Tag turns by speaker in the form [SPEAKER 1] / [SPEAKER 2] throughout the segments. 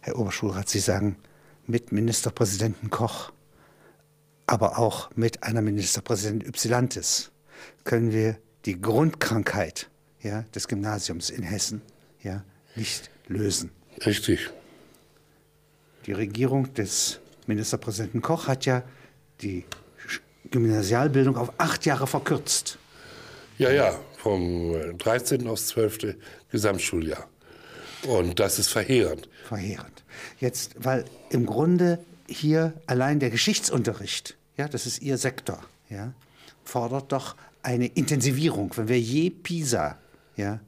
[SPEAKER 1] Herr Oberschulrat, Sie sagen mit Ministerpräsidenten Koch, aber auch mit einer Ministerpräsidentin Ypsilantis können wir die Grundkrankheit ja, des Gymnasiums in Hessen ja, nicht lösen.
[SPEAKER 2] Richtig.
[SPEAKER 1] Die Regierung des Ministerpräsidenten Koch hat ja die Gymnasialbildung auf acht Jahre verkürzt.
[SPEAKER 2] Ja, ja, vom 13. aufs 12. Gesamtschuljahr. Und das ist verheerend.
[SPEAKER 1] Verheerend. Jetzt, weil im Grunde hier allein der Geschichtsunterricht, ja, das ist Ihr Sektor, ja, fordert doch eine Intensivierung, wenn wir je Pisa ja,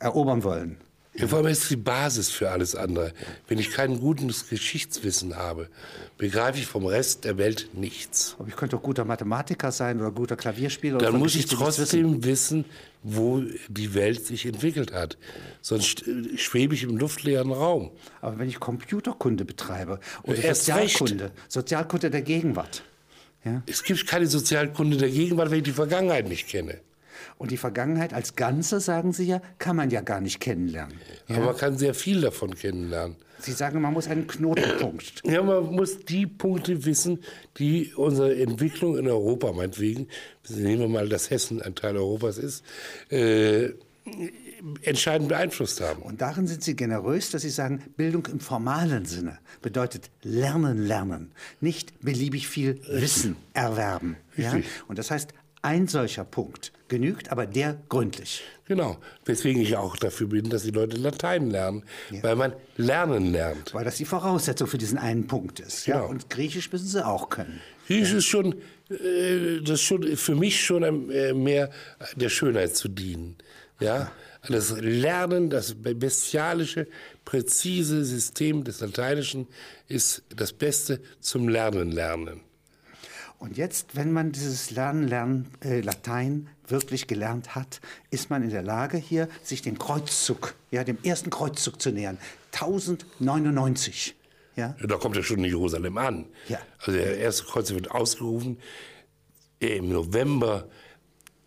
[SPEAKER 1] erobern wollen.
[SPEAKER 2] Ja, vor allem ist die Basis für alles andere. Wenn ich kein gutes Geschichtswissen habe, begreife ich vom Rest der Welt nichts.
[SPEAKER 1] Aber ich könnte doch guter Mathematiker sein oder guter Klavierspieler.
[SPEAKER 2] Dann
[SPEAKER 1] oder
[SPEAKER 2] muss ich trotzdem wissen. wo die Welt sich entwickelt hat. Sonst äh, schwebe ich im luftleeren Raum.
[SPEAKER 1] Aber wenn ich Computerkunde betreibe oder
[SPEAKER 2] Erst recht.
[SPEAKER 1] Sozialkunde, Sozialkunde der Gegenwart ja,
[SPEAKER 2] Es gibt keine Sozialkunde der Gegenwart, wenn ich die Vergangenheit nicht kenne.
[SPEAKER 1] und die Vergangenheit als Ganze, sagen Sie ja, kann man ja gar nicht kennenlernen.
[SPEAKER 2] Aber man kann sehr viel davon kennenlernen.
[SPEAKER 1] Sie sagen, man muss einen Knotenpunkt.
[SPEAKER 2] Ja, man muss die Punkte wissen, die unsere Entwicklung in Europa, meinetwegen, nehmen wir mal, dass Hessen ein Teil Europas ist, äh, entscheidend beeinflusst haben.
[SPEAKER 1] Und darin sind Sie generös, dass Sie sagen, Bildung im formalen Sinne bedeutet Lernen, Lernen, nicht beliebig viel Wissen erwerben. Ja? Und das heißt, ein solcher Punkt genügt, aber der gründlich.
[SPEAKER 2] Genau. Weswegen ich auch dafür bin, dass die Leute Latein lernen, weil man lernen lernt.
[SPEAKER 1] Weil das die Voraussetzung für diesen einen Punkt ist. Ja?
[SPEAKER 2] Genau.
[SPEAKER 1] Und Griechisch müssen Sie auch können.
[SPEAKER 2] Griechisch ist schon, äh, das ist schon für mich schon am, äh, mehr der Schönheit zu dienen. Ja? Das Lernen, das bestialische, präzise System des Lateinischen ist das Beste zum Lernen lernen.
[SPEAKER 1] Und jetzt, wenn man dieses Lernen, Lernen äh, Latein wirklich gelernt hat, ist man in der Lage, hier sich dem Kreuzzug, ja, dem ersten Kreuzzug zu nähern. 1099. Ja?
[SPEAKER 2] Da kommt er schon in Jerusalem an.
[SPEAKER 1] Ja.
[SPEAKER 2] Also der erste Kreuzzug wird ausgerufen äh, im November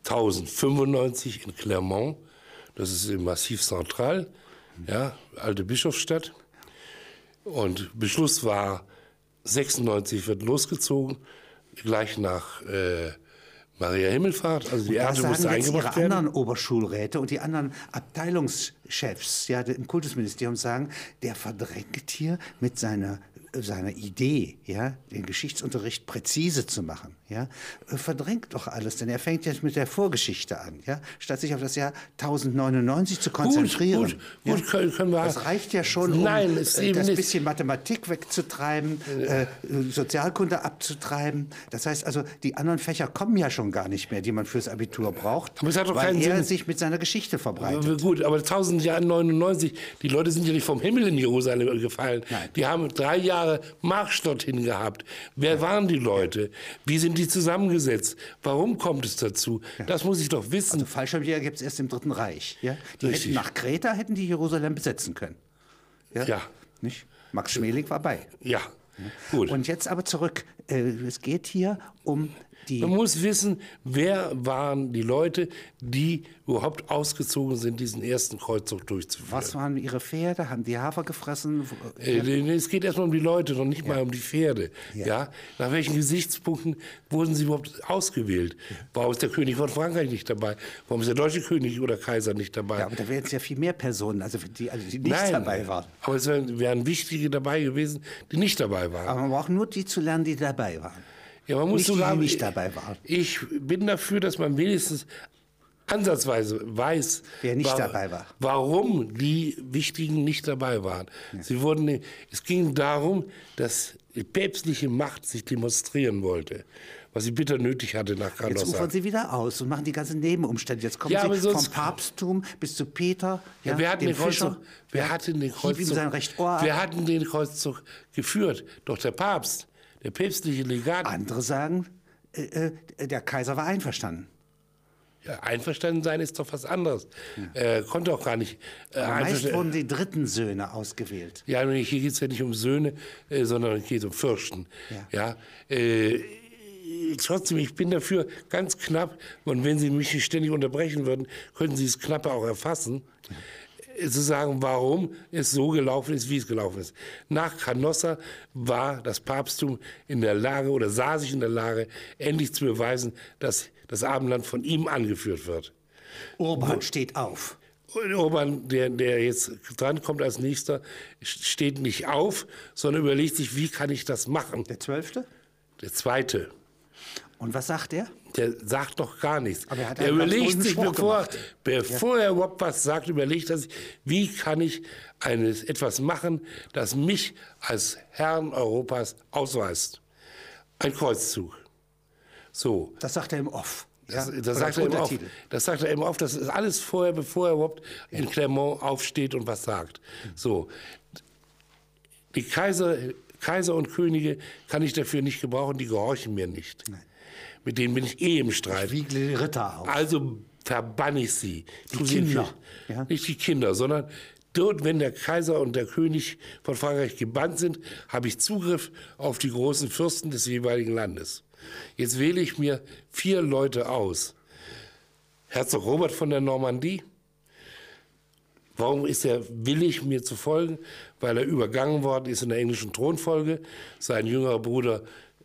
[SPEAKER 2] 1095 in Clermont. Das ist im Massiv Central, ja, alte Bischofsstadt. Und Beschluss war, 96 wird losgezogen, gleich nach äh, Maria Himmelfahrt. Also die
[SPEAKER 1] Da
[SPEAKER 2] Erde musste
[SPEAKER 1] sagen jetzt ihre
[SPEAKER 2] eingebracht werden.
[SPEAKER 1] anderen Oberschulräte und die anderen Abteilungschefs ja, im Kultusministerium sagen, der verdrängt hier mit seiner, seiner Idee, ja, den Geschichtsunterricht präzise zu machen. Ja, Äh, verdrängt doch alles, denn er fängt jetzt mit der Vorgeschichte an, ja, statt sich auf das Jahr 1099 zu
[SPEAKER 2] Gut,
[SPEAKER 1] konzentrieren.
[SPEAKER 2] gut, gut, können können wir.
[SPEAKER 1] Das reicht ja schon, um
[SPEAKER 2] Ah. Nein, ist
[SPEAKER 1] äh,
[SPEAKER 2] eben
[SPEAKER 1] das
[SPEAKER 2] nicht.
[SPEAKER 1] bisschen Mathematik wegzutreiben, äh, Sozialkunde abzutreiben. Das heißt also, die anderen Fächer kommen ja schon gar nicht mehr, die man fürs Abitur braucht,
[SPEAKER 2] Aber es hat doch
[SPEAKER 1] weil
[SPEAKER 2] keinen
[SPEAKER 1] er
[SPEAKER 2] Sinn.
[SPEAKER 1] sich mit seiner Geschichte verbreitet.
[SPEAKER 2] Aber Äh, Gut, aber 1000 Jahre 99, die Leute sind ja nicht vom Himmel in Jerusalem gefallen.
[SPEAKER 1] Nein.
[SPEAKER 2] Die haben drei Jahre Marsch dorthin gehabt. Wer waren die Leute? Wie sind die zusammengesetzt? Warum kommt es dazu? Das muss ich doch wissen.
[SPEAKER 1] Also Fallschirmjäger gibt es erst im Dritten Reich. Ja? Die hätten
[SPEAKER 2] Richtig.
[SPEAKER 1] nach Kreta hätten die Jerusalem besetzen können.
[SPEAKER 2] ja,
[SPEAKER 1] Nicht? Max Schmeling war bei.
[SPEAKER 2] ja, gut.
[SPEAKER 1] Und jetzt aber zurück. Äh, es geht hier um die
[SPEAKER 2] Man muss wissen, wer waren die Leute, die überhaupt ausgezogen sind, diesen ersten Kreuzzug durchzuführen.
[SPEAKER 1] was waren ihre Pferde? Haben die Hafer gefressen?
[SPEAKER 2] Äh, nee, Es geht erstmal um die Leute, noch nicht mal um die Pferde. Ja. Nach welchen Gesichtspunkten wurden sie überhaupt ausgewählt? Warum ist der König von Frankreich nicht dabei? Warum ist der deutsche König oder Kaiser nicht dabei?
[SPEAKER 1] Ja, aber da wären jetzt ja viel mehr Personen, also die, also die nicht
[SPEAKER 2] Nein,
[SPEAKER 1] dabei waren.
[SPEAKER 2] aber es wären, wären wichtige dabei gewesen, die nicht dabei waren.
[SPEAKER 1] Aber man braucht nur die zu lernen, die dabei waren.
[SPEAKER 2] Ja, man muss
[SPEAKER 1] Nicht die,
[SPEAKER 2] sogar,
[SPEAKER 1] die nicht dabei waren.
[SPEAKER 2] Ich bin dafür, dass man wenigstens ansatzweise weiß,
[SPEAKER 1] Wer nicht
[SPEAKER 2] wa-
[SPEAKER 1] dabei war.
[SPEAKER 2] warum die Wichtigen nicht dabei waren. Sie wurden, es ging darum, dass die päpstliche Macht sich demonstrieren wollte, was sie bitter nötig hatte nach
[SPEAKER 1] Jetzt
[SPEAKER 2] Carlossa.
[SPEAKER 1] ufern sie wieder aus und machen die ganzen Nebenumstände. Jetzt kommen
[SPEAKER 2] Ja, aber
[SPEAKER 1] sie vom
[SPEAKER 2] sonst-
[SPEAKER 1] Papsttum bis zu Peter, ja,
[SPEAKER 2] Ja, wir hatten
[SPEAKER 1] dem
[SPEAKER 2] den Kreuzzug,
[SPEAKER 1] Fischer.
[SPEAKER 2] wir hatten den
[SPEAKER 1] Hieb ihm
[SPEAKER 2] Kreuzzug,
[SPEAKER 1] sein recht Ohr ab.
[SPEAKER 2] wir hatten den Kreuzzug geführt, doch der Papst, der päpstliche Legat,
[SPEAKER 1] Andere sagen, äh, äh, der Kaiser war einverstanden.
[SPEAKER 2] ja, einverstanden sein ist doch was anderes. Äh, konnte auch gar nicht äh,
[SPEAKER 1] Meist
[SPEAKER 2] einverstanden-
[SPEAKER 1] wurden die dritten Söhne ausgewählt.
[SPEAKER 2] Ja, und hier geht es ja nicht um Söhne, äh, sondern es geht um Fürsten. Ja. äh, trotzdem, ich bin dafür ganz knapp, und wenn Sie mich nicht ständig unterbrechen würden, könnten Sie es knapper auch erfassen. Äh, zu sagen, warum es so gelaufen ist, wie es gelaufen ist. Nach Canossa war das Papsttum in der Lage oder sah sich in der Lage, endlich zu beweisen, dass das Abendland von ihm angeführt wird.
[SPEAKER 1] Urban steht auf.
[SPEAKER 2] Und Orban, der, der jetzt drankommt als nächster, steht nicht auf, sondern überlegt sich, wie kann ich das machen?
[SPEAKER 1] Der Zwölfte?
[SPEAKER 2] Der zweite.
[SPEAKER 1] Und was sagt er?
[SPEAKER 2] Der sagt doch gar nichts.
[SPEAKER 1] Aber er hat
[SPEAKER 2] der
[SPEAKER 1] einen ganz
[SPEAKER 2] überlegt
[SPEAKER 1] großen
[SPEAKER 2] sich,
[SPEAKER 1] Spruch
[SPEAKER 2] bevor,
[SPEAKER 1] gemacht.
[SPEAKER 2] bevor er überhaupt was sagt, überlegt er sich, wie kann ich eines, etwas machen, das mich als Herrn Europas ausweist. Ein Kreuzzug. So.
[SPEAKER 1] Das sagt er im Off.
[SPEAKER 2] Das,
[SPEAKER 1] ja?
[SPEAKER 2] das,
[SPEAKER 1] Oder
[SPEAKER 2] sagt er
[SPEAKER 1] als
[SPEAKER 2] eben auf,
[SPEAKER 1] Untertitel.
[SPEAKER 2] das sagt er eben auf. Das ist alles vorher, bevor er überhaupt in Clermont aufsteht und was sagt.
[SPEAKER 1] Mhm.
[SPEAKER 2] So. Die Kaiser, Kaiser und Könige kann ich dafür nicht gebrauchen, die gehorchen mir nicht. Mit denen bin ich eh im Streit.
[SPEAKER 1] Wie die Ritter auf.
[SPEAKER 2] Also verbann ich sie.
[SPEAKER 1] Die
[SPEAKER 2] Tu sie in
[SPEAKER 1] Kinder,
[SPEAKER 2] Schicht.
[SPEAKER 1] ja.
[SPEAKER 2] Nicht die Kinder, sondern dort, wenn der Kaiser und der König von Frankreich gebannt sind, habe ich Zugriff auf die großen Fürsten des jeweiligen Landes. Jetzt wähle ich mir vier Leute aus. Herzog Robert von der Normandie. Warum ist er willig, mir zu folgen? Weil er übergangen worden ist in der englischen Thronfolge. Sein jüngerer Bruder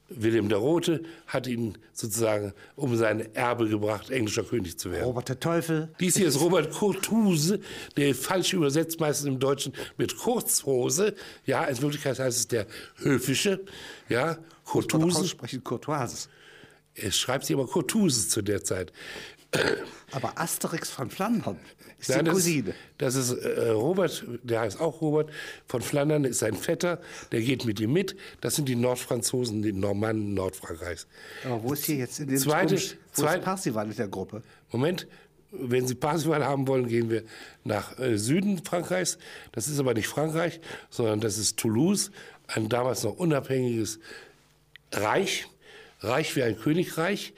[SPEAKER 2] Wilhelm der Rote hat ihn sozusagen um sein Erbe gebracht, englischer König zu werden.
[SPEAKER 1] Robert der Teufel.
[SPEAKER 2] Dies hier ist Robert Kurtuse, der falsch übersetzt meistens im Deutschen mit Kurzhose. Ja, in Wirklichkeit heißt es der Höfische. Ja,
[SPEAKER 1] Oder
[SPEAKER 2] Kurtuse.
[SPEAKER 1] aussprechen Courtoises.
[SPEAKER 2] Es schreibt sich aber Kurtuse zu der Zeit.
[SPEAKER 1] Aber Asterix von Flandern ist
[SPEAKER 2] Nein,
[SPEAKER 1] die
[SPEAKER 2] das,
[SPEAKER 1] Cousine.
[SPEAKER 2] Das ist äh, Robert, der heißt auch Robert, von Flandern ist sein Vetter, der geht mit ihm mit. Das sind die Nordfranzosen, die Normannen Nordfrankreichs.
[SPEAKER 1] Aber wo ist hier jetzt in dem
[SPEAKER 2] Zweite-
[SPEAKER 1] komisch- wo
[SPEAKER 2] zweite-
[SPEAKER 1] ist Parsival mit der Gruppe?
[SPEAKER 2] Moment, wenn Sie Parsival haben wollen, gehen wir nach äh, Süden Frankreichs. Das ist aber nicht Frankreich, sondern das ist Toulouse, ein damals noch unabhängiges Reich, reich wie ein Königreich.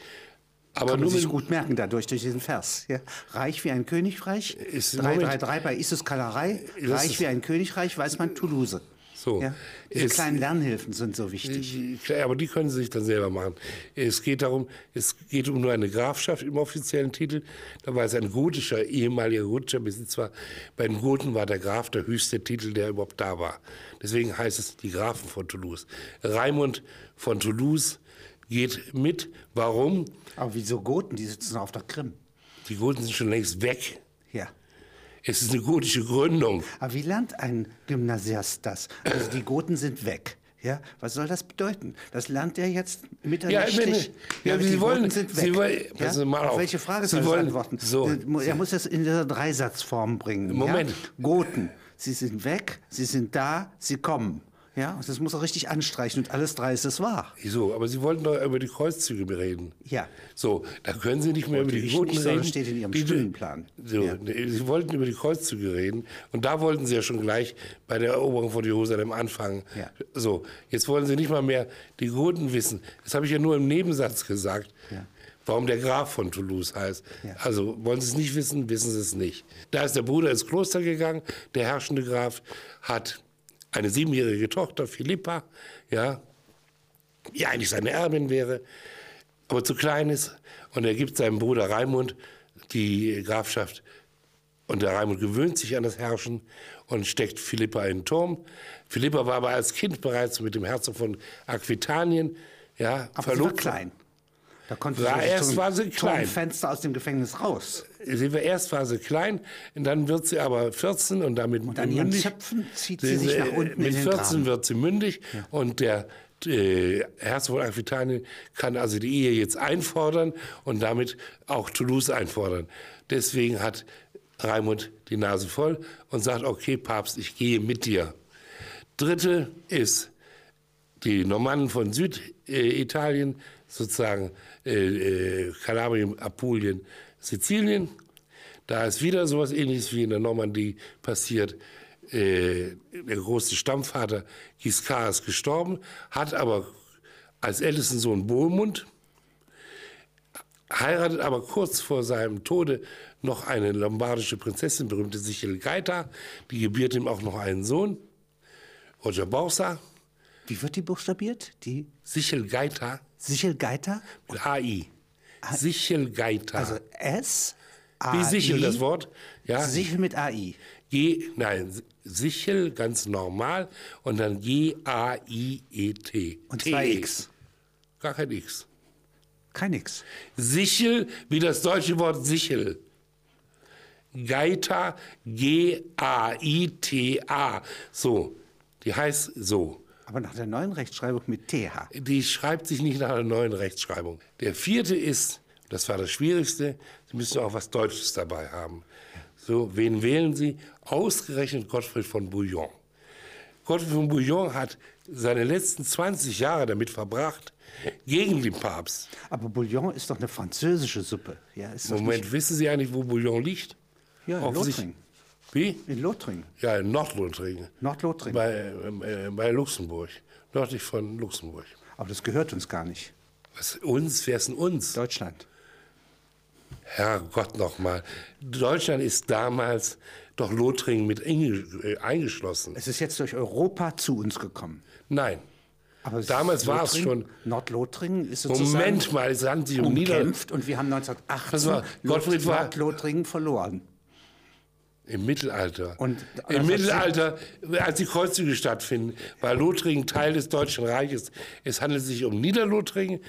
[SPEAKER 2] Aber
[SPEAKER 1] Kann
[SPEAKER 2] nur
[SPEAKER 1] man sich
[SPEAKER 2] mit,
[SPEAKER 1] gut merken dadurch, durch diesen Vers. Ja. Reich wie ein Königreich,
[SPEAKER 2] Ist-
[SPEAKER 1] 333 bei Issus Kalerei,
[SPEAKER 2] Das
[SPEAKER 1] reich
[SPEAKER 2] ist-
[SPEAKER 1] wie ein Königreich, weiß man Toulouse.
[SPEAKER 2] so,
[SPEAKER 1] Ja. Diese
[SPEAKER 2] es-
[SPEAKER 1] kleinen Lernhilfen sind so wichtig.
[SPEAKER 2] Klar, aber die können sie sich dann selber machen. Es geht darum, es geht um nur eine Grafschaft im offiziellen Titel. Da war es ein gotischer, ehemaliger gotischer Besitz war. Bei den Goten war der Graf der höchste Titel, der überhaupt da war. Deswegen heißt es die Grafen von Toulouse. Raimund von Toulouse geht mit. Warum?
[SPEAKER 1] Aber wieso Goten, die sitzen auf der Krim.
[SPEAKER 2] Die Goten sind schon längst weg.
[SPEAKER 1] Ja.
[SPEAKER 2] Es ist eine gotische Gründung.
[SPEAKER 1] Aber wie lernt ein Gymnasiast das? Also die Goten sind weg. Ja, was soll das bedeuten? Das lernt er jetzt
[SPEAKER 2] Ja, ich meine,
[SPEAKER 1] mitternächtlich.
[SPEAKER 2] ja, Sie
[SPEAKER 1] die
[SPEAKER 2] wollen-
[SPEAKER 1] Goten sind weg.
[SPEAKER 2] Sie wollen- passen Sie mal auf.
[SPEAKER 1] welche Frage
[SPEAKER 2] Sie
[SPEAKER 1] soll
[SPEAKER 2] wollen-
[SPEAKER 1] ich antworten?
[SPEAKER 2] so.
[SPEAKER 1] Er muss das in dieser Dreisatzform bringen.
[SPEAKER 2] Moment.
[SPEAKER 1] Ja? Goten, sie sind weg, sie sind da, sie kommen. Ja, und das muss er richtig anstreichen und alles drei ist es wahr.
[SPEAKER 2] So, aber Sie wollten doch über die Kreuzzüge reden.
[SPEAKER 1] Ja.
[SPEAKER 2] So, da können Sie nicht mehr über die
[SPEAKER 1] ich
[SPEAKER 2] Goten
[SPEAKER 1] nicht, sondern
[SPEAKER 2] reden.
[SPEAKER 1] steht in Ihrem
[SPEAKER 2] die,
[SPEAKER 1] Stundenplan.
[SPEAKER 2] So, ne, Sie wollten über die Kreuzzüge reden und da wollten Sie ja schon gleich bei der Eroberung von Jerusalem anfangen.
[SPEAKER 1] Ja.
[SPEAKER 2] So, jetzt wollen Sie nicht mal mehr die Goten wissen. Das habe ich ja nur im Nebensatz gesagt.
[SPEAKER 1] Ja.
[SPEAKER 2] Warum der Graf von Toulouse heißt.
[SPEAKER 1] Ja.
[SPEAKER 2] Also wollen Sie es nicht wissen, wissen Sie es nicht. Da ist der Bruder ins Kloster gegangen. Der herrschende Graf hat eine siebenjährige Tochter, Philippa, ja, die eigentlich seine Erbin wäre, aber zu klein ist. Und er gibt seinem Bruder Raimund die Grafschaft. Und der Raimund gewöhnt sich an das Herrschen und steckt Philippa in den Turm. Philippa war aber als Kind bereits mit dem Herzog von Aquitanien
[SPEAKER 1] Aber
[SPEAKER 2] ja,
[SPEAKER 1] sie war
[SPEAKER 2] verlobt.
[SPEAKER 1] klein. Da konnte
[SPEAKER 2] Ja,
[SPEAKER 1] sie
[SPEAKER 2] erst
[SPEAKER 1] zum,
[SPEAKER 2] war sie klein.
[SPEAKER 1] zum Fenster aus dem Gefängnis raus.
[SPEAKER 2] Sie war erst war sie klein, und dann wird sie aber 14 und damit
[SPEAKER 1] Und an ihren Zöpfen zieht sie sich nach unten
[SPEAKER 2] Mit
[SPEAKER 1] in den
[SPEAKER 2] 14
[SPEAKER 1] Graben.
[SPEAKER 2] wird sie mündig und der äh, Herzog von Aquitanien kann also die Ehe jetzt einfordern und damit auch Toulouse einfordern. Deswegen hat Raimund die Nase voll und sagt, okay, Papst, ich gehe mit dir. Dritte ist die Normannen von Süditalien, sozusagen äh, äh, Kalabrien, Apulien, Sizilien. Da ist wieder sowas ähnliches wie in der Normandie passiert. Äh, der große Stammvater Giscard ist gestorben, hat aber als ältesten Sohn Bohemund, heiratet aber kurz vor seinem Tode noch eine lombardische Prinzessin, berühmte Sichelgaita, die gebiert ihm auch noch einen Sohn, Roger Borsa.
[SPEAKER 1] Wie wird die buchstabiert? Die
[SPEAKER 2] Sichelgeiter
[SPEAKER 1] Sichelgeiter?
[SPEAKER 2] mit AI. Sichelgeiter.
[SPEAKER 1] Also S, A,
[SPEAKER 2] Wie Sichel
[SPEAKER 1] I,
[SPEAKER 2] das Wort? Ja.
[SPEAKER 1] Sichel mit AI.
[SPEAKER 2] G, nein, Sichel, ganz normal. Und dann G-A-I-E-T.
[SPEAKER 1] Und
[SPEAKER 2] E T.
[SPEAKER 1] zwei X.
[SPEAKER 2] Gar kein X.
[SPEAKER 1] Kein X.
[SPEAKER 2] Sichel, wie das deutsche Wort Sichel. Gaita, G-A-I-T-A. So, die heißt so.
[SPEAKER 1] Aber nach der neuen Rechtschreibung mit TH.
[SPEAKER 2] Die schreibt sich nicht nach einer neuen Rechtschreibung. Der vierte ist, das war das Schwierigste, Sie müssen auch was Deutsches dabei haben. So, wen wählen Sie? Ausgerechnet Gottfried von Bouillon. Gottfried von Bouillon hat seine letzten 20 Jahre damit verbracht, gegen den Papst.
[SPEAKER 1] Aber Bouillon ist doch eine französische Suppe. Ja, ist das
[SPEAKER 2] Moment, wissen Sie eigentlich, wo Bouillon liegt?
[SPEAKER 1] Nicht, ja, in
[SPEAKER 2] offensichtlich-
[SPEAKER 1] Lothringen.
[SPEAKER 2] Wie?
[SPEAKER 1] In Lothringen.
[SPEAKER 2] Ja, in Nordlothringen.
[SPEAKER 1] Nordlothringen.
[SPEAKER 2] Bei, äh, bei Luxemburg. Nördlich von Luxemburg.
[SPEAKER 1] Aber das gehört uns gar nicht.
[SPEAKER 2] Was uns, wer ist denn uns?
[SPEAKER 1] Deutschland.
[SPEAKER 2] Herrgott nochmal. Deutschland ist damals doch Lothringen mit inge, äh, eingeschlossen.
[SPEAKER 1] Es ist jetzt durch Europa zu uns gekommen.
[SPEAKER 2] Nein.
[SPEAKER 1] Aber es
[SPEAKER 2] Damals
[SPEAKER 1] ist
[SPEAKER 2] war es
[SPEAKER 1] Lothringen- Nordlothringen ist sozusagen
[SPEAKER 2] Moment mal, es haben sich um Nieder
[SPEAKER 1] umkämpft und wir haben
[SPEAKER 2] Pass
[SPEAKER 1] 1918
[SPEAKER 2] mal, Gottfried war-
[SPEAKER 1] Nordlothringen verloren.
[SPEAKER 2] Im Mittelalter.
[SPEAKER 1] Und-
[SPEAKER 2] Im Mittelalter, als die Kreuzzüge stattfinden, war Lothringen Teil des Deutschen Reiches. Es handelt sich um Niederlothringen.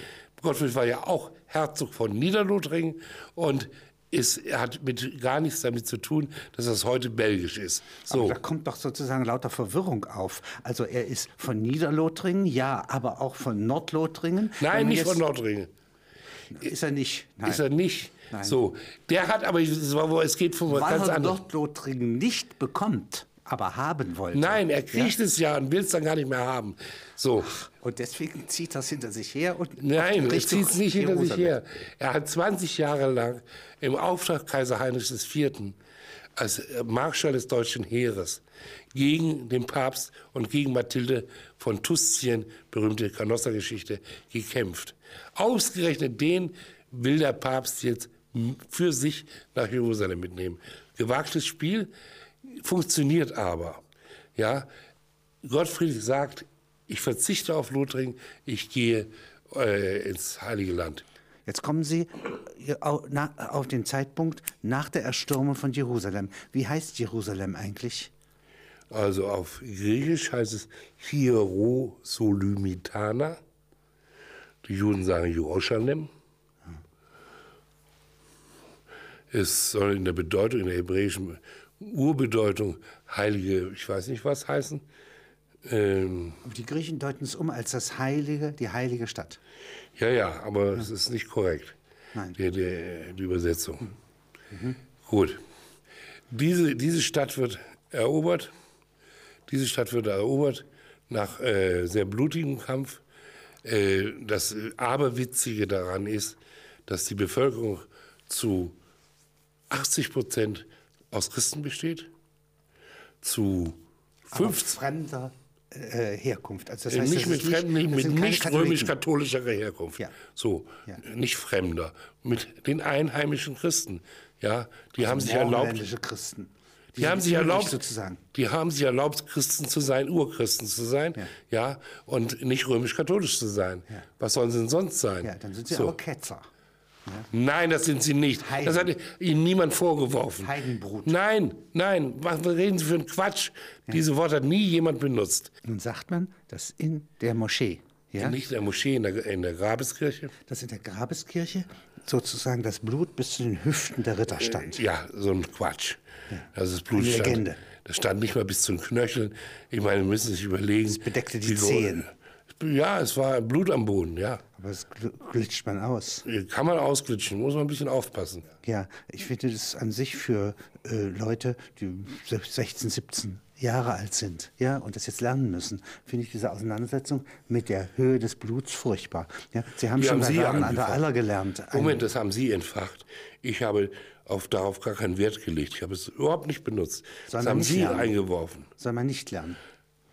[SPEAKER 2] Gottfried war ja auch Herzog von Niederlothringen und es hat mit gar nichts damit zu tun, dass das heute belgisch ist. So.
[SPEAKER 1] Da kommt doch sozusagen lauter Verwirrung auf. Also er ist von Niederlothringen, ja, aber auch von Nordlothringen. Wenn
[SPEAKER 2] Nein,
[SPEAKER 1] man
[SPEAKER 2] nicht
[SPEAKER 1] jetzt-
[SPEAKER 2] von Nordringen.
[SPEAKER 1] Ist er nicht. Nein.
[SPEAKER 2] Ist er nicht. So. Der hat aber, es geht von
[SPEAKER 1] Weil
[SPEAKER 2] ganz
[SPEAKER 1] er
[SPEAKER 2] anders.
[SPEAKER 1] Nordlothringen nicht bekommt, aber haben wollte.
[SPEAKER 2] Nein, er kriegt es ja und will es dann gar nicht mehr haben. So.
[SPEAKER 1] Und deswegen zieht das hinter sich her und
[SPEAKER 2] Nein, er
[SPEAKER 1] Richtung
[SPEAKER 2] zieht es nicht hinter sich
[SPEAKER 1] Jerusalem.
[SPEAKER 2] her. Er hat 20 Jahre lang im Auftrag Kaiser Heinrichs IV. als äh, Marschall des deutschen Heeres gegen den Papst und gegen Mathilde von Tuszien, berühmte Canossa-Geschichte, gekämpft. Ausgerechnet den will der Papst jetzt m- für sich nach Jerusalem mitnehmen. Gewagtes Spiel, funktioniert aber. Ja, Gottfried sagt, ich verzichte auf Lothringen, ich gehe äh, ins Heilige Land.
[SPEAKER 1] Jetzt kommen Sie äh, au- na- auf den Zeitpunkt nach der Erstürmung von Jerusalem. Wie heißt Jerusalem eigentlich?
[SPEAKER 2] Also auf Griechisch heißt es Hierosolymitana. Die Juden sagen Jerusalem. Es soll in der Bedeutung, in der hebräischen Urbedeutung, heilige, ich weiß nicht was heißen. Ähm,
[SPEAKER 1] Aber Die Griechen deuten es um als das Heilige, die heilige Stadt.
[SPEAKER 2] Ja, ja, aber es ist nicht korrekt.
[SPEAKER 1] Nein.
[SPEAKER 2] Die, die, die Übersetzung. Gut. Diese, diese Stadt wird erobert. Diese Stadt wird erobert nach äh, sehr blutigem Kampf. Äh, das Aberwitzige daran ist, dass die Bevölkerung zu 80 Prozent aus Christen besteht, zu
[SPEAKER 1] Aber
[SPEAKER 2] 50
[SPEAKER 1] fremder äh, Herkunft. Also das
[SPEAKER 2] äh,
[SPEAKER 1] heißt,
[SPEAKER 2] nicht
[SPEAKER 1] das
[SPEAKER 2] mit
[SPEAKER 1] ist nicht,
[SPEAKER 2] Fremden, nicht,
[SPEAKER 1] das
[SPEAKER 2] mit
[SPEAKER 1] sind keine
[SPEAKER 2] nicht
[SPEAKER 1] Katholiken.
[SPEAKER 2] römisch-katholischer Herkunft.
[SPEAKER 1] Ja.
[SPEAKER 2] So,
[SPEAKER 1] Ja.
[SPEAKER 2] nicht Fremder, mit den einheimischen Christen. Ja, die
[SPEAKER 1] Also
[SPEAKER 2] haben sich erlaubt,
[SPEAKER 1] Morgenländische Christen.
[SPEAKER 2] die,
[SPEAKER 1] sind
[SPEAKER 2] haben sich
[SPEAKER 1] übrig
[SPEAKER 2] erlaubt,
[SPEAKER 1] sozusagen.
[SPEAKER 2] die haben sich erlaubt, Christen zu sein, Urchristen zu sein, ja, und nicht römisch-katholisch zu sein. Was sollen sie denn sonst sein?
[SPEAKER 1] Ja, dann sind sie
[SPEAKER 2] so.
[SPEAKER 1] aber Ketzer.
[SPEAKER 2] Nein, das sind sie nicht.
[SPEAKER 1] Heiden.
[SPEAKER 2] Das hat ihnen niemand vorgeworfen.
[SPEAKER 1] Heidenbrut.
[SPEAKER 2] Nein, nein, was reden Sie für einen Quatsch? Diese Worte hat nie jemand benutzt.
[SPEAKER 1] Nun sagt man, dass in der Moschee, ja,
[SPEAKER 2] Nicht in der Moschee, in der, in der Grabeskirche.
[SPEAKER 1] dass in der Grabeskirche sozusagen das Blut bis zu den Hüften der
[SPEAKER 2] Äh.
[SPEAKER 1] Ritter stand.
[SPEAKER 2] Ja, so ein Quatsch. Das ist Blut
[SPEAKER 1] Eine
[SPEAKER 2] stand-
[SPEAKER 1] Legende.
[SPEAKER 2] Das stand nicht mal bis zum Knöcheln. Ich meine, wir müssen sich überlegen. Es
[SPEAKER 1] bedeckte die Zehen.
[SPEAKER 2] Ja, es war Blut am Boden, ja.
[SPEAKER 1] Aber das gl- glitscht man aus.
[SPEAKER 2] Kann man ausglitschen, muss man ein bisschen aufpassen.
[SPEAKER 1] Ja, ich finde das an sich für äh, Leute, die se- 16, 17 Jahre alt sind, ja, und das jetzt lernen müssen, finde ich diese Auseinandersetzung mit der Höhe des Bluts furchtbar. Ja, Sie haben
[SPEAKER 2] Die
[SPEAKER 1] schon
[SPEAKER 2] haben
[SPEAKER 1] bei
[SPEAKER 2] Sie Um
[SPEAKER 1] Raben an der
[SPEAKER 2] angefangen.
[SPEAKER 1] Aller gelernt. Ein-
[SPEAKER 2] Moment, das haben Sie entfacht. Ich habe auf, darauf gar keinen Wert gelegt. Ich habe es überhaupt nicht benutzt. das
[SPEAKER 1] Sondern
[SPEAKER 2] haben
[SPEAKER 1] nicht
[SPEAKER 2] Sie
[SPEAKER 1] lernen.
[SPEAKER 2] eingeworfen.
[SPEAKER 1] Soll man nicht lernen.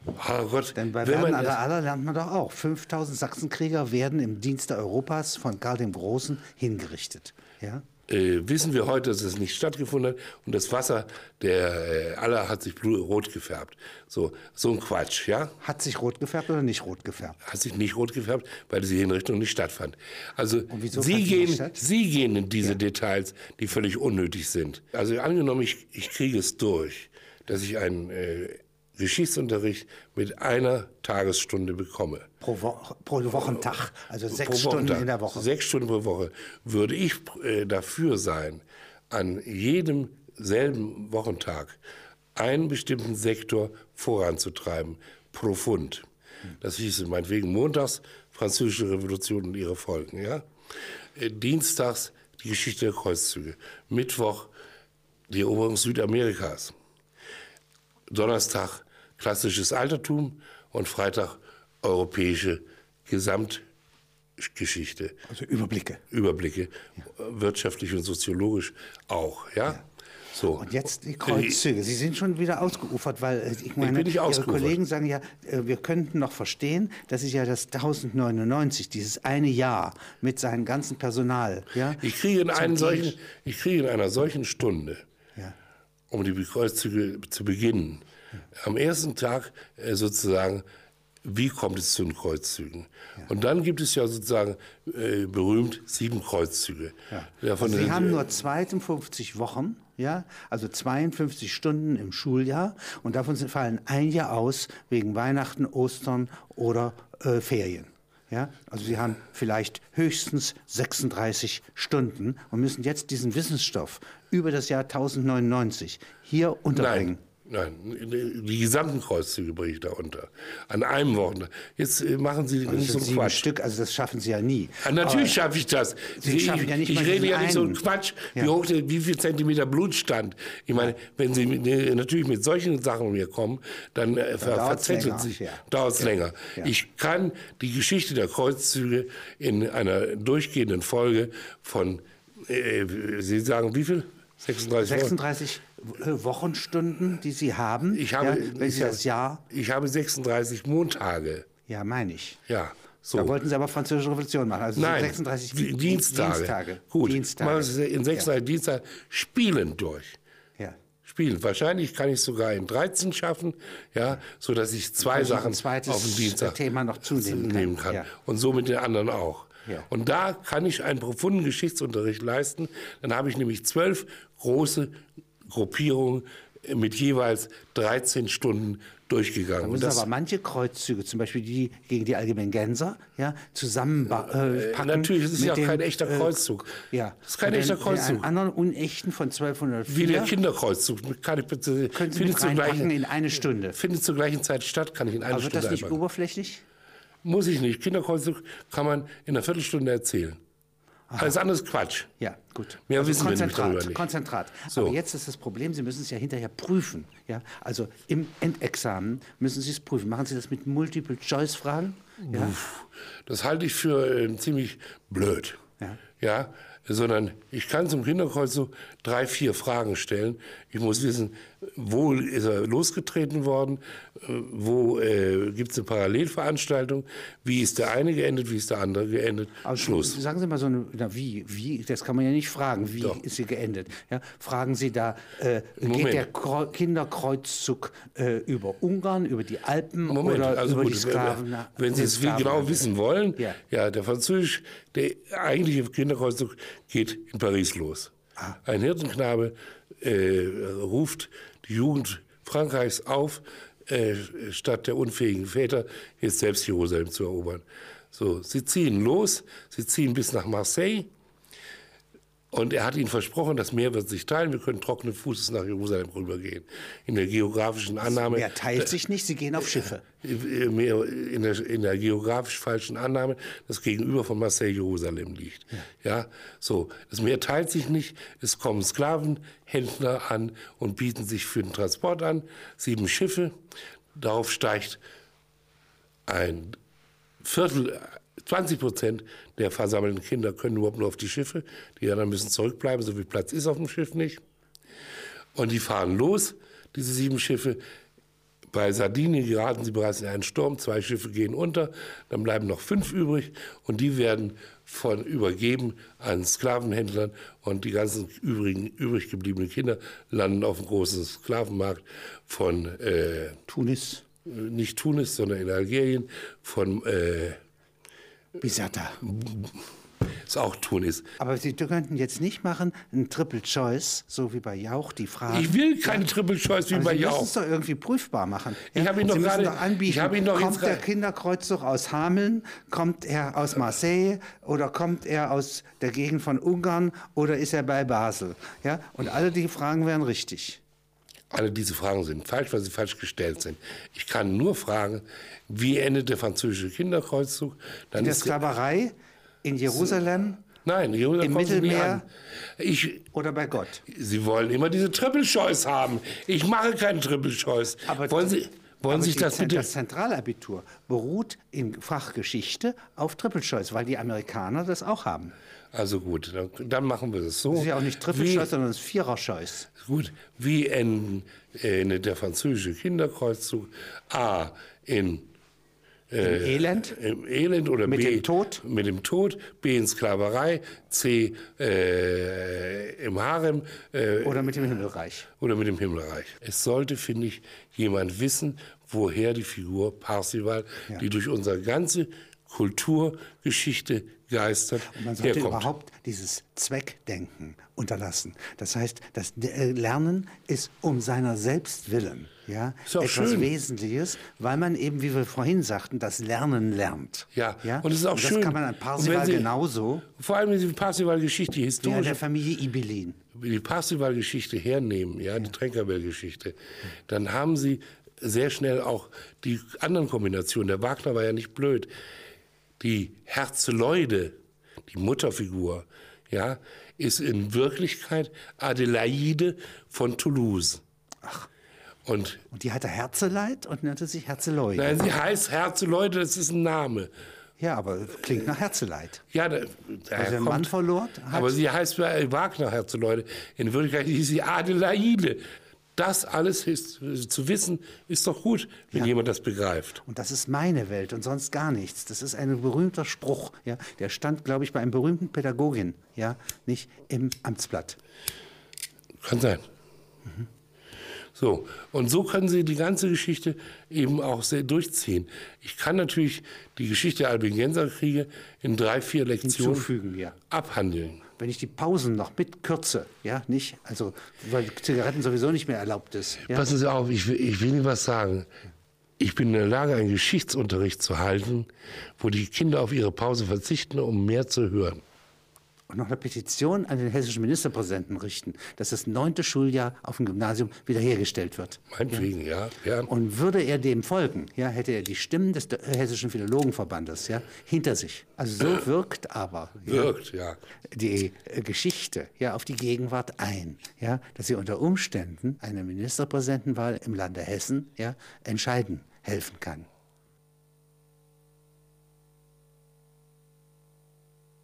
[SPEAKER 2] Oh Gott,
[SPEAKER 1] Denn bei
[SPEAKER 2] wenn
[SPEAKER 1] Werden
[SPEAKER 2] man
[SPEAKER 1] an
[SPEAKER 2] das,
[SPEAKER 1] der Aller lernt man doch auch. 5000 Sachsenkrieger werden im Dienste Europas von Karl dem Großen hingerichtet. Ja?
[SPEAKER 2] äh, wissen wir heute, dass es nicht stattgefunden hat und das Wasser der äh, Aller hat sich blut- rot gefärbt. So, so ein Quatsch, ja?
[SPEAKER 1] Hat sich rot gefärbt oder nicht rot gefärbt?
[SPEAKER 2] hat sich nicht rot gefärbt, weil diese Hinrichtung nicht stattfand. Also
[SPEAKER 1] wieso
[SPEAKER 2] Sie
[SPEAKER 1] fand sie nicht
[SPEAKER 2] gehen,
[SPEAKER 1] statt?
[SPEAKER 2] Sie gehen in diese Details, die völlig unnötig sind. Also angenommen, ich, ich kriege es durch, dass ich einen äh, Geschichtsunterricht mit einer Tagesstunde bekomme.
[SPEAKER 1] Pro, Wo pro Wochentag, also
[SPEAKER 2] Pro
[SPEAKER 1] sechs Stunden
[SPEAKER 2] Wochentag.
[SPEAKER 1] in der Woche.
[SPEAKER 2] Sechs Stunden pro Woche würde ich äh, dafür sein, an jedem selben Wochentag einen bestimmten Sektor voranzutreiben, profund. Das hieße meinetwegen montags Französische Revolution und ihre Folgen, ja? Äh, Dienstags die Geschichte der Kreuzzüge, Mittwoch die Eroberung Südamerikas. Donnerstag klassisches Altertum und Freitag europäische Gesamtgeschichte,
[SPEAKER 1] Also Überblicke.
[SPEAKER 2] Überblicke, wirtschaftlich und soziologisch auch, ja? So.
[SPEAKER 1] Und jetzt die Kreuzzüge. Sie sind schon wieder ausgeufert, weil äh, ich meine,
[SPEAKER 2] Äh, bin nicht
[SPEAKER 1] Ihre
[SPEAKER 2] ausgeufert.
[SPEAKER 1] Kollegen sagen ja, äh, wir könnten noch verstehen, das ist ja das 1099, dieses eine Jahr mit seinem ganzen Personal. Ja?
[SPEAKER 2] Ich kriege in, einen solchen, ich kriege in einer solchen Stunde,
[SPEAKER 1] Ja.
[SPEAKER 2] um die Kreuzzüge zu beginnen, am ersten Tag äh, sozusagen, wie kommt es zu den Kreuzzügen? Und dann gibt es ja sozusagen äh, berühmt sieben Kreuzzüge. Davon
[SPEAKER 1] Also Sie
[SPEAKER 2] sind,
[SPEAKER 1] haben
[SPEAKER 2] äh,
[SPEAKER 1] nur 52 Wochen, ja, also 52 Stunden im Schuljahr und davon sind- fallen ein Jahr aus wegen Weihnachten, Ostern oder äh, Ferien. Ja, also Sie haben vielleicht höchstens 36 Stunden und müssen jetzt diesen Wissensstoff über das Jahr 1099 hier unterbringen.
[SPEAKER 2] Nein, nein, die gesamten Kreuzzüge bringe ich da unter. An einem Wochenende. Jetzt äh, machen Sie
[SPEAKER 1] Das
[SPEAKER 2] nicht so
[SPEAKER 1] sind
[SPEAKER 2] einen
[SPEAKER 1] sieben
[SPEAKER 2] Quatsch.
[SPEAKER 1] Stück, also das schaffen Sie ja nie.
[SPEAKER 2] Ah, natürlich schaffe ich das.
[SPEAKER 1] Sie
[SPEAKER 2] ich
[SPEAKER 1] schaffen ja nicht
[SPEAKER 2] ich
[SPEAKER 1] mal
[SPEAKER 2] rede
[SPEAKER 1] diesen
[SPEAKER 2] ja nicht so einen
[SPEAKER 1] einen.
[SPEAKER 2] Quatsch, wie,
[SPEAKER 1] Ja.
[SPEAKER 2] hoch, der- wie viel Zentimeter Blutstand. Ich meine, wenn Sie mit, ne, natürlich mit solchen Sachen um mir kommen, dann, äh, ver
[SPEAKER 1] dauert's
[SPEAKER 2] verzettelt
[SPEAKER 1] länger,
[SPEAKER 2] sich,
[SPEAKER 1] ja.
[SPEAKER 2] dauert es länger. Ich kann die Geschichte der Kreuzzüge in einer durchgehenden Folge von, äh, Sie sagen wie viel? 36 Wochen?
[SPEAKER 1] 36 äh, Wochenstunden, die Sie haben,
[SPEAKER 2] Ich habe,
[SPEAKER 1] ja, wenn
[SPEAKER 2] ich
[SPEAKER 1] Sie das Jahr,
[SPEAKER 2] Ich habe 36 Montage.
[SPEAKER 1] ja, meine ich.
[SPEAKER 2] Ja, so.
[SPEAKER 1] Da wollten sie aber französische Revolution machen. Also
[SPEAKER 2] Nein,
[SPEAKER 1] 36
[SPEAKER 2] Di- Dienstage.
[SPEAKER 1] Dienstage.
[SPEAKER 2] Gut,
[SPEAKER 1] Dienstage.
[SPEAKER 2] machen Sie in 36 Dienstagen spielen durch.
[SPEAKER 1] Ja.
[SPEAKER 2] Spielen. Wahrscheinlich kann ich es sogar in 13 schaffen, ja, so dass ich zwei
[SPEAKER 1] noch ein
[SPEAKER 2] Sachen
[SPEAKER 1] zweites
[SPEAKER 2] auf dem Dienstag
[SPEAKER 1] Thema noch zunehmen kann.
[SPEAKER 2] nehmen kann.
[SPEAKER 1] Ja.
[SPEAKER 2] Und so mit den anderen auch.
[SPEAKER 1] Ja.
[SPEAKER 2] Und da kann ich einen profunden Geschichtsunterricht leisten. Dann habe ich nämlich zwölf große Gruppierungen mit jeweils 13 Stunden durchgegangen. Und
[SPEAKER 1] Müssen
[SPEAKER 2] das
[SPEAKER 1] aber manche Kreuzzüge, zum Beispiel die gegen die allgemeinen Gänser, ja, zusammenpacken. Äh, packen
[SPEAKER 2] Natürlich, es ist
[SPEAKER 1] mit
[SPEAKER 2] ja auch
[SPEAKER 1] dem,
[SPEAKER 2] kein echter
[SPEAKER 1] äh,
[SPEAKER 2] Kreuzzug.
[SPEAKER 1] Ja.
[SPEAKER 2] Das ist kein
[SPEAKER 1] Und
[SPEAKER 2] echter
[SPEAKER 1] den- den
[SPEAKER 2] Kreuzzug.
[SPEAKER 1] Einen anderen unechten von
[SPEAKER 2] Wie der
[SPEAKER 1] 1204
[SPEAKER 2] Kinderkreuzzug. Kann ich bitte,
[SPEAKER 1] können Sie mit
[SPEAKER 2] zur
[SPEAKER 1] reinpacken
[SPEAKER 2] gleichen,
[SPEAKER 1] in eine Stunde.
[SPEAKER 2] findet zur gleichen Zeit statt, kann ich in einer
[SPEAKER 1] Aber wird
[SPEAKER 2] Stunde
[SPEAKER 1] das nicht um-
[SPEAKER 2] einpacken.
[SPEAKER 1] oberflächlich?
[SPEAKER 2] Muss ich nicht. Kinderkreuzzug kann man in einer Viertelstunde erzählen. Alles andere ist Quatsch.
[SPEAKER 1] Ja, gut. Also
[SPEAKER 2] Mehr wissen wir nämlich
[SPEAKER 1] Konzentrat,
[SPEAKER 2] darüber nicht.
[SPEAKER 1] Konzentrat.
[SPEAKER 2] So.
[SPEAKER 1] Aber jetzt ist das Problem, Sie müssen es ja hinterher prüfen. Ja? Also im Endexamen müssen Sie es prüfen. Machen Sie das mit Multiple-Choice-Fragen? Ja?
[SPEAKER 2] Das halte ich für ähm, ziemlich blöd.
[SPEAKER 1] Ja.
[SPEAKER 2] Ja, sondern ich kann zum Kinderkreuzzug drei, vier Fragen stellen. Ich muss wissen, wo ist er losgetreten worden, äh, wo äh, gibt es eine Parallelveranstaltung, wie ist der eine geendet, wie ist der andere geendet.
[SPEAKER 1] Also,
[SPEAKER 2] Schluss.
[SPEAKER 1] Sagen Sie mal so, eine, na wie, wie, das kann man ja nicht fragen, wie
[SPEAKER 2] Doch.
[SPEAKER 1] ist sie geendet? Ja? Fragen Sie da, äh,
[SPEAKER 2] Moment.
[SPEAKER 1] geht der Kreu- Kinderkreuzzug äh, über Ungarn, über die Alpen
[SPEAKER 2] Moment,
[SPEAKER 1] oder
[SPEAKER 2] also
[SPEAKER 1] über
[SPEAKER 2] gut,
[SPEAKER 1] die Sklaven?
[SPEAKER 2] wenn Sie es wie genau wissen wollen, ja.
[SPEAKER 1] Ja.
[SPEAKER 2] der französisch, der eigentliche Kinderkreuzzug geht in Paris los.
[SPEAKER 1] Ah.
[SPEAKER 2] Ein Hirtenknabe äh, ruft die Jugend Frankreichs auf, äh, statt der unfähigen Väter jetzt selbst Jerusalem zu erobern. So, sie ziehen los, sie ziehen bis nach Marseille. Und er hat ihnen versprochen, das Meer wird sich teilen, wir können trockenen Fußes nach Jerusalem rübergehen. In der geografischen Annahme,
[SPEAKER 1] Wer teilt sich nicht, Sie gehen auf
[SPEAKER 2] Äh,
[SPEAKER 1] Schiffe.
[SPEAKER 2] mehr in der, in der geografisch falschen Annahme, das Gegenüber von Marseille Jerusalem liegt. Ja. so. Das Meer teilt sich nicht. Es kommen Sklavenhändler an und bieten sich für den Transport an. Sieben Schiffe. Darauf steigt ein Viertel, 20 Prozent der versammelten Kinder können überhaupt nur auf die Schiffe. Die anderen müssen zurückbleiben, so viel Platz ist auf dem Schiff nicht. Und die fahren los, diese sieben Schiffe. Bei Sardinien geraten sie bereits in einen Sturm, zwei Schiffe gehen unter, dann bleiben noch fünf übrig und die werden von übergeben an Sklavenhändlern und die ganzen übrigen, übrig gebliebenen Kinder landen auf dem großen Sklavenmarkt von äh,
[SPEAKER 1] Tunis,
[SPEAKER 2] nicht Tunis, sondern in Algerien, von äh,
[SPEAKER 1] Bisata,
[SPEAKER 2] es auch tun ist.
[SPEAKER 1] Aber Sie könnten jetzt nicht machen, ein Triple Choice, so wie bei Jauch, die Frage.
[SPEAKER 2] Ich will keine Triple Choice wie
[SPEAKER 1] Aber
[SPEAKER 2] bei
[SPEAKER 1] Sie müssen
[SPEAKER 2] Jauch.
[SPEAKER 1] es Also doch irgendwie prüfbar machen.
[SPEAKER 2] Ich habe
[SPEAKER 1] Sie
[SPEAKER 2] ihn doch
[SPEAKER 1] müssen
[SPEAKER 2] gerade-
[SPEAKER 1] doch anbieten,
[SPEAKER 2] ich habe ihn doch jetzt
[SPEAKER 1] kommt der
[SPEAKER 2] gerade-
[SPEAKER 1] Kinderkreuzzug aus Hameln, kommt er aus Marseille oder kommt er aus der Gegend von Ungarn oder ist er bei Basel? Ja? Und alle die Fragen wären richtig.
[SPEAKER 2] Alle diese Fragen sind falsch, weil sie falsch gestellt sind. Ich kann nur fragen, wie endet der französische Kinderkreuzzug? Dann
[SPEAKER 1] In der
[SPEAKER 2] ist der,
[SPEAKER 1] Sklaverei, in Jerusalem
[SPEAKER 2] nein, Jerusalem
[SPEAKER 1] im
[SPEAKER 2] kommt sie nie
[SPEAKER 1] Mittelmeer-
[SPEAKER 2] an. Ich,
[SPEAKER 1] oder bei Gott.
[SPEAKER 2] sie wollen immer diese Triple Choice haben. Ich mache keinen Triple Choice.
[SPEAKER 1] Aber-
[SPEAKER 2] wollen Sie, wollen
[SPEAKER 1] Aber
[SPEAKER 2] sich
[SPEAKER 1] die
[SPEAKER 2] das
[SPEAKER 1] Zent-
[SPEAKER 2] bitte?
[SPEAKER 1] das Zentralabitur beruht in Fachgeschichte auf Triple Choice, weil die Amerikaner das auch haben.
[SPEAKER 2] Also gut, dann, dann machen wir das so.
[SPEAKER 1] Das ist ja auch nicht Triple
[SPEAKER 2] Wie-
[SPEAKER 1] Choice, sondern es ist Vierer Choice.
[SPEAKER 2] Gut, wie enden- endet der französische Kinderkreuzzug? A. In,
[SPEAKER 1] Im
[SPEAKER 2] Äh,
[SPEAKER 1] Elend.
[SPEAKER 2] Im Elend oder
[SPEAKER 1] Mit
[SPEAKER 2] B.
[SPEAKER 1] dem Tod?
[SPEAKER 2] Mit dem Tod. B. In Sklaverei. C. Äh, Im Harem äh,
[SPEAKER 1] Oder mit dem Himmelreich.
[SPEAKER 2] oder mit dem Himmelreich. Es sollte, finde ich, jemand wissen, woher die Figur Parsival, die durch unsere ganze Kulturgeschichte geistert,
[SPEAKER 1] Man sollte
[SPEAKER 2] herkommt.
[SPEAKER 1] überhaupt dieses Zweckdenken unterlassen. Das heißt, das äh, Lernen ist um seiner selbst willen ja,
[SPEAKER 2] Ist auch
[SPEAKER 1] etwas
[SPEAKER 2] schön.
[SPEAKER 1] Wesentliches, weil man eben, wie wir vorhin sagten, das Lernen lernt.
[SPEAKER 2] Ja, und es ist auch
[SPEAKER 1] das
[SPEAKER 2] schön.
[SPEAKER 1] kann man an
[SPEAKER 2] Und wenn
[SPEAKER 1] Parsival
[SPEAKER 2] Sie-
[SPEAKER 1] genauso
[SPEAKER 2] Vor allem diese Parsival-Geschichte, die
[SPEAKER 1] wie an
[SPEAKER 2] historische
[SPEAKER 1] der Familie Ibelin.
[SPEAKER 2] die Parsival-Geschichte hernehmen, ja, die Tränkerbell-Geschichte, dann haben sie sehr schnell auch die anderen Kombinationen. Der Wagner war ja nicht blöd. Die Herzeloide, die Mutterfigur, ja, ist in Wirklichkeit Adelaide von Toulouse. Und
[SPEAKER 1] Und die hatte Herzeleid und nannte sich Herzeloid.
[SPEAKER 2] nein, sie heißt Herzeloide, das ist ein Name.
[SPEAKER 1] Ja, aber klingt nach Herzeleid. Also
[SPEAKER 2] Ja, da, daher
[SPEAKER 1] der
[SPEAKER 2] kommt-
[SPEAKER 1] Mann verloren hat?
[SPEAKER 2] Aber sie heißt äh, Wagner, Herze Leute. In Wirklichkeit hieß sie Adelaide. Das alles ist, äh, zu wissen, ist doch gut, wenn jemand das begreift.
[SPEAKER 1] Und das ist meine Welt und sonst gar nichts. Das ist ein berühmter Spruch. Ja? Der stand, glaube ich, bei einem berühmten Pädagogin, ja? nicht im Amtsblatt.
[SPEAKER 2] Kann sein.
[SPEAKER 1] Mhm.
[SPEAKER 2] So, und so können Sie die ganze Geschichte eben auch sehr durchziehen. Ich kann natürlich die Geschichte der Albigenser Kriege in drei, vier Lektionen
[SPEAKER 1] Hinzufügen, ja.
[SPEAKER 2] abhandeln.
[SPEAKER 1] Wenn ich die Pausen noch mitkürze, ja, nicht, also weil Zigaretten sowieso nicht mehr erlaubt ist. Ja?
[SPEAKER 2] Passen Sie auf, ich will, ich will Ihnen was sagen. Ich bin in der Lage, einen Geschichtsunterricht zu halten, wo die Kinder auf ihre Pause verzichten, um mehr zu hören.
[SPEAKER 1] Und noch eine Petition an den hessischen Ministerpräsidenten richten, dass das neunte Schuljahr auf dem Gymnasium wiederhergestellt wird.
[SPEAKER 2] Meinetwegen, ja. ja.
[SPEAKER 1] Und würde er dem folgen, ja, hätte er die Stimmen des äh, Hessischen Philologenverbandes ja, hinter sich. Also so wirkt aber
[SPEAKER 2] Wirkt, ja.
[SPEAKER 1] die äh, Geschichte ja auf die Gegenwart ein, ja, dass sie unter Umständen eine Ministerpräsidentenwahl im Lande Hessen ja entscheiden helfen kann.